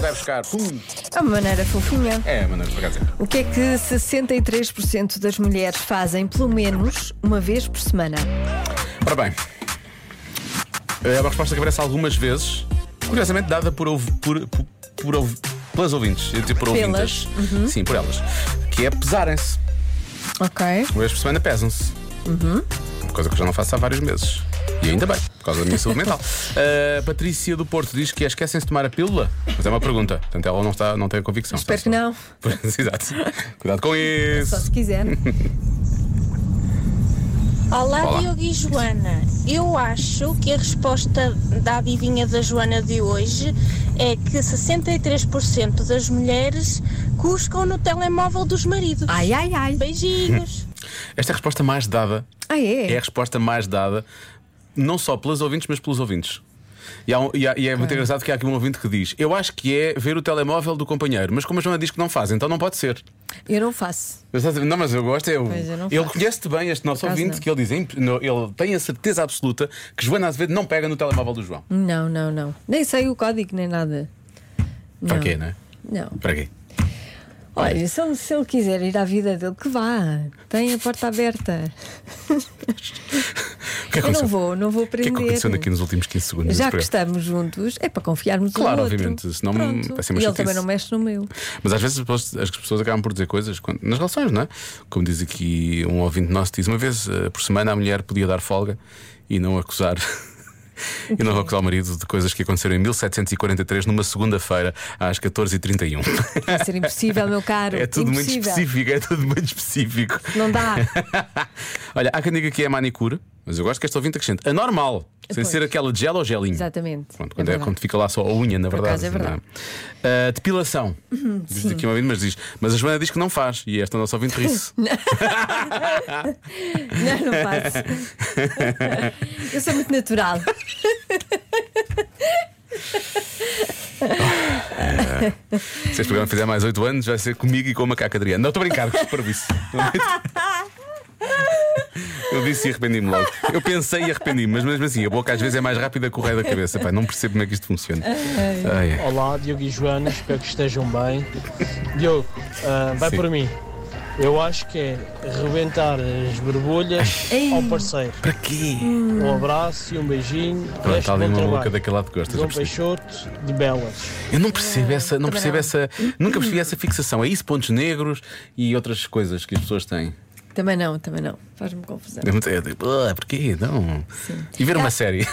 vai buscar. Pum. É uma maneira fofinha. É, maneira de pagar sempre. O que é que 63% das mulheres fazem pelo menos uma vez por semana? Ora bem, é uma resposta que aparece algumas vezes, curiosamente dada por, ouv- por, por, por ouv- pelas ouvintes, eu ia dizer por Pelas, Uhum. ouvintas. Sim, por elas. Que é pesarem-se. Ok. Uma vez por semana pesam-se. Uhum. Coisa que eu já não faço há vários meses. E ainda bem, por causa da minha saúde mental. Uh, Patrícia do Porto diz que é esquecem-se de tomar a pílula, mas é uma pergunta. Portanto, ela não, está, não tem a convicção. Espero que não. Pois, Exato. Cuidado com Só isso. se quiser. Olá, Olá. Diogo e Joana. Eu acho que a resposta da adivinha da Joana de hoje é que 63% das mulheres cuscam no telemóvel dos maridos. Ai, ai, ai. Beijinhos. Esta é a resposta mais dada Ah, é a é? resposta mais dada, não só pelas ouvintes, mas pelos ouvintes. E, há um- e há- e é muito engraçado que há aqui um ouvinte que diz: Eu acho que é ver o telemóvel do companheiro, mas como a Joana diz que não faz, então não pode ser. Eu não faço. Mas estás a dizer, Não, mas eu gosto. Eu, Pois, eu não ele faço. conhece-te bem, este nosso Por acaso ouvinte, não. que ele diz: "Imp- no- Ele tem a certeza absoluta que Joana Azevedo não pega no telemóvel do João. Não, não, não. Nem sei o código, nem nada. Não. Para quê, não é? Não. Para quê? Olha, se ele, se ele quiser ir à vida dele, que vá. Tem a porta aberta. O que é que Eu não aconteceu? vou, não vou O que é prender. que aconteceu aqui nos últimos 15 segundos? Já deste que programa? estamos juntos, é para confiarmos um Claro, no outro. obviamente, senão Pronto. vai ser uma E ele chatice. também não mexe no meu. Mas às vezes as pessoas- as pessoas acabam por dizer coisas quando- nas relações, não é? Como diz aqui um ouvinte nosso, diz uma vez eh, por semana a mulher podia dar folga e não acusar. E não acusar o marido de coisas que aconteceram em 1743, numa segunda-feira, às 14h31. Vai ser impossível, meu caro. É tudo muito impossível. específico, é tudo muito específico. Não dá. Olha, há quem diga que é manicure, mas eu gosto que esta ouvinte acrescente. Anormal, sem Ah, Pois. ser aquela de gel ou gelinho. Exatamente. Pronto, quando, É é verdade. quando fica lá só a unha, na verdade. acaso é verdade. Uhum, não é? Ah, depilação. diz aqui uma ouvinte, mas diz. Mas a Joana diz que não faz. E esta nossa ouvinte ri-se. Não, não faço. Eu sou muito natural. Se este programa fizer mais 8 anos, vai ser comigo e com o macaco Adriano. Não estou a brincar, que desperdício. Eu disse e arrependi-me logo. Eu pensei e arrependi-me, mas mesmo assim, a boca às vezes é mais rápida que o raio da cabeça. Pá, não percebo como é que isto funciona. Ai, ai. Olá, Diogo e Joana, espero que estejam bem. Diogo, ah, vai Sim. por mim. Eu acho que é rebentar as borbulhas Ei. ao parceiro. Para quê? Um abraço e um beijinho. Pronto, Resto está tá ali bom uma trabalho. louca daquele lado que gostas. eu João percebi. Peixoto de Belas. Eu não percebo essa, não também percebo não. essa, nunca percebi essa fixação. É isso, pontos negros e outras coisas que as pessoas têm. Também não, também não. Faz-me confusão. É muito- é tipo, ah, porquê? Não. E ver Ah. uma série.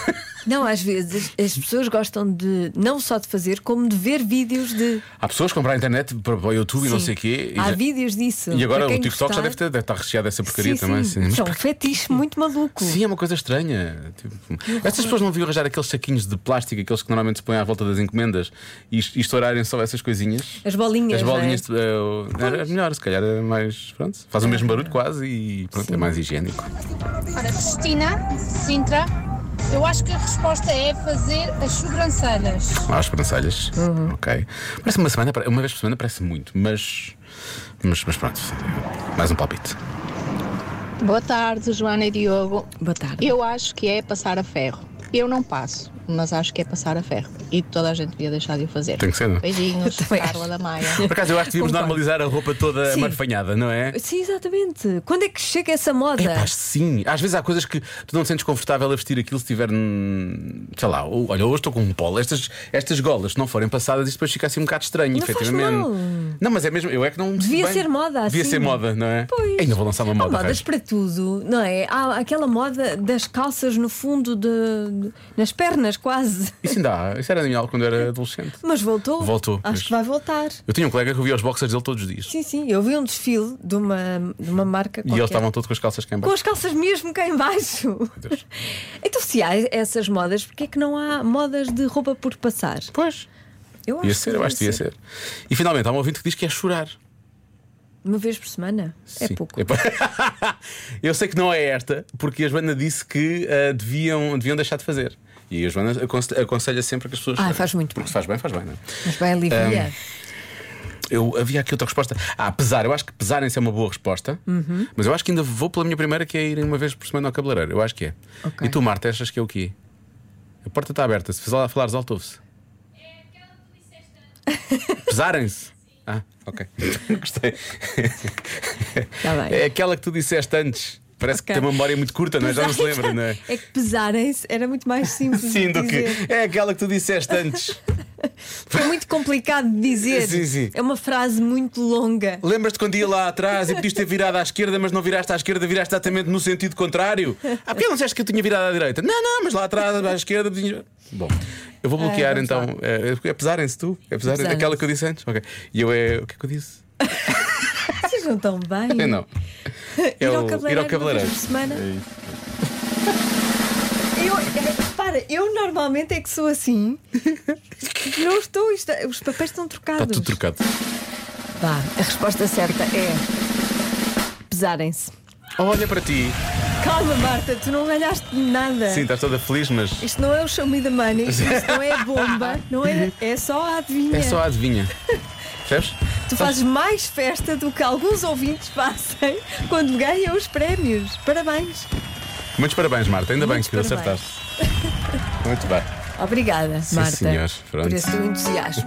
Não, às vezes as pessoas gostam de não só de fazer, como de ver vídeos de. Há pessoas que compram a internet para para o YouTube e não sei o quê. E, Há já- vídeos disso. e agora Para o quem TikTok já gostar- deve, ter, deve estar recheado dessa porcaria sim, também. Sim. Sim. Mas São um para- fetiche muito maluco. sim, é uma coisa estranha. Tipo, estas pessoas não viram arranjar aqueles saquinhos de plástico, aqueles que normalmente se põem à volta das encomendas e, es- e estourarem só essas coisinhas. As bolinhas. As bolinhas não é? eh, o- era melhor, se calhar era mais. Pronto, faz É o mesmo barulho quase e pronto, é mais higiênico. Ora, Cristina Sintra, eu acho que a resposta é fazer as sobrancelhas. Ah, as sobrancelhas. Uhum. Ok. Parece uma semana, uma vez por semana parece muito, mas. Mas, mas pronto, mais um palpite. Boa tarde, Joana e Diogo. é? Boa tarde. Eu acho que é passar a ferro. Eu não passo, mas acho que é passar a ferro. E toda a gente devia deixar de o fazer. Tem que ser, não? é? Beijinhos, Eu também Carla da Maia. Por acaso eu acho que devíamos Concordo. normalizar a roupa toda Um Sim. marfanhada, não é? Sim, exatamente. Quando é que chega essa moda? Mas sim, às vezes há coisas que tu não te sentes confortável a vestir aquilo se tiver. hum, Sei lá, ou- olha, hoje estou com um polo. Estas, estas golas, se não forem passadas, isto depois fica assim um bocado estranho, Não faz efetivamente. mal. Não, mas é mesmo, eu é que não. me sinto Devia bem. ser moda assim. Devia ser moda, não é? Pois. Ainda vou lançar uma moda. Há modas Reis. para tudo, não é? Há aquela moda das calças no fundo, de, de- nas pernas quase. Isso ainda há. Isso era animal quando eu era adolescente. Mas voltou. Voltou, Acho mas- que vai voltar. Eu tinha um colega que via os boxers dele todos os dias. Sim, sim. Eu vi um desfile de uma, de uma marca E qualquer. eles estavam todos com as calças cá em Com baixo. as calças mesmo cá em baixo. Deus. Então, se há essas modas, porque é que não há modas de roupa por passar? Pois. Eu acho Ia ser, eu acho que ia ser. E finalmente há um ouvinte que diz que é chorar. Uma vez por semana? É Sim. pouco. pou- eu sei que não é esta, porque a Joana disse que ah, deviam, deviam deixar de fazer. E a Joana aconse- aconselha sempre que as pessoas. Ah, faz muito bem. Se faz bem, faz bem, não é? Mas vai aliviar. Eu havia aqui outra resposta. Ah, pesar. Eu acho que pesarem-se é uma boa resposta, Uhum. mas eu acho que ainda vou pela minha primeira, que é irem uma vez por semana ao cabeleireiro. Eu acho que é. Ok. E tu, Marta, achas que é o quê? A porta está aberta. Se falares, alto ouve-se. Pesarem-se. Ah, ok. Gostei. Tá bem. É aquela que tu disseste antes. Parece Ok. que tem uma memória muito curta, não é? Já não se lembra, não é? É que pesarem-se era muito mais simples. Sim, de do que. dizer. É aquela que tu disseste antes. Foi muito complicado de dizer. Sim, sim. É uma frase muito longa. Lembras-te quando ia lá atrás e podias ter virado à esquerda, mas não viraste à esquerda, viraste exatamente no sentido contrário? Ah, porque não disseste que eu tinha virado à direita? Não, não, mas lá atrás, à esquerda. tinha- Bom, eu vou bloquear vamos então. É, é pesarem-se tu? É pesarem Pesarem-se. aquela que eu disse antes? Ok. E eu é. O que é que eu disse? Vocês não estão bem. Eu não. Ir É o- ao cabeleireiro ir ao uma vez cabeleireiro. por semana. Eu, é, repara, eu normalmente é que sou assim. Não estou, isto- os papéis estão trocados. Está tá tudo trocado. Vá, a resposta certa é. Pesarem-se. Olha para ti. Calma, Marta, tu não ganhaste nada. Sim, estás toda feliz, mas. Isto não é o show me the money, isto não é a bomba, não é, é só a adivinha. É só a adivinha. Percebes? Tu fazes mais festa do que alguns ouvintes fazem quando ganham os prémios. Parabéns. Muitos parabéns, Marta. Ainda Muitos bem que parabéns. acertaste. Muito bem. Obrigada, Sim, Marta, senhor. Pronto. por esse teu entusiasmo.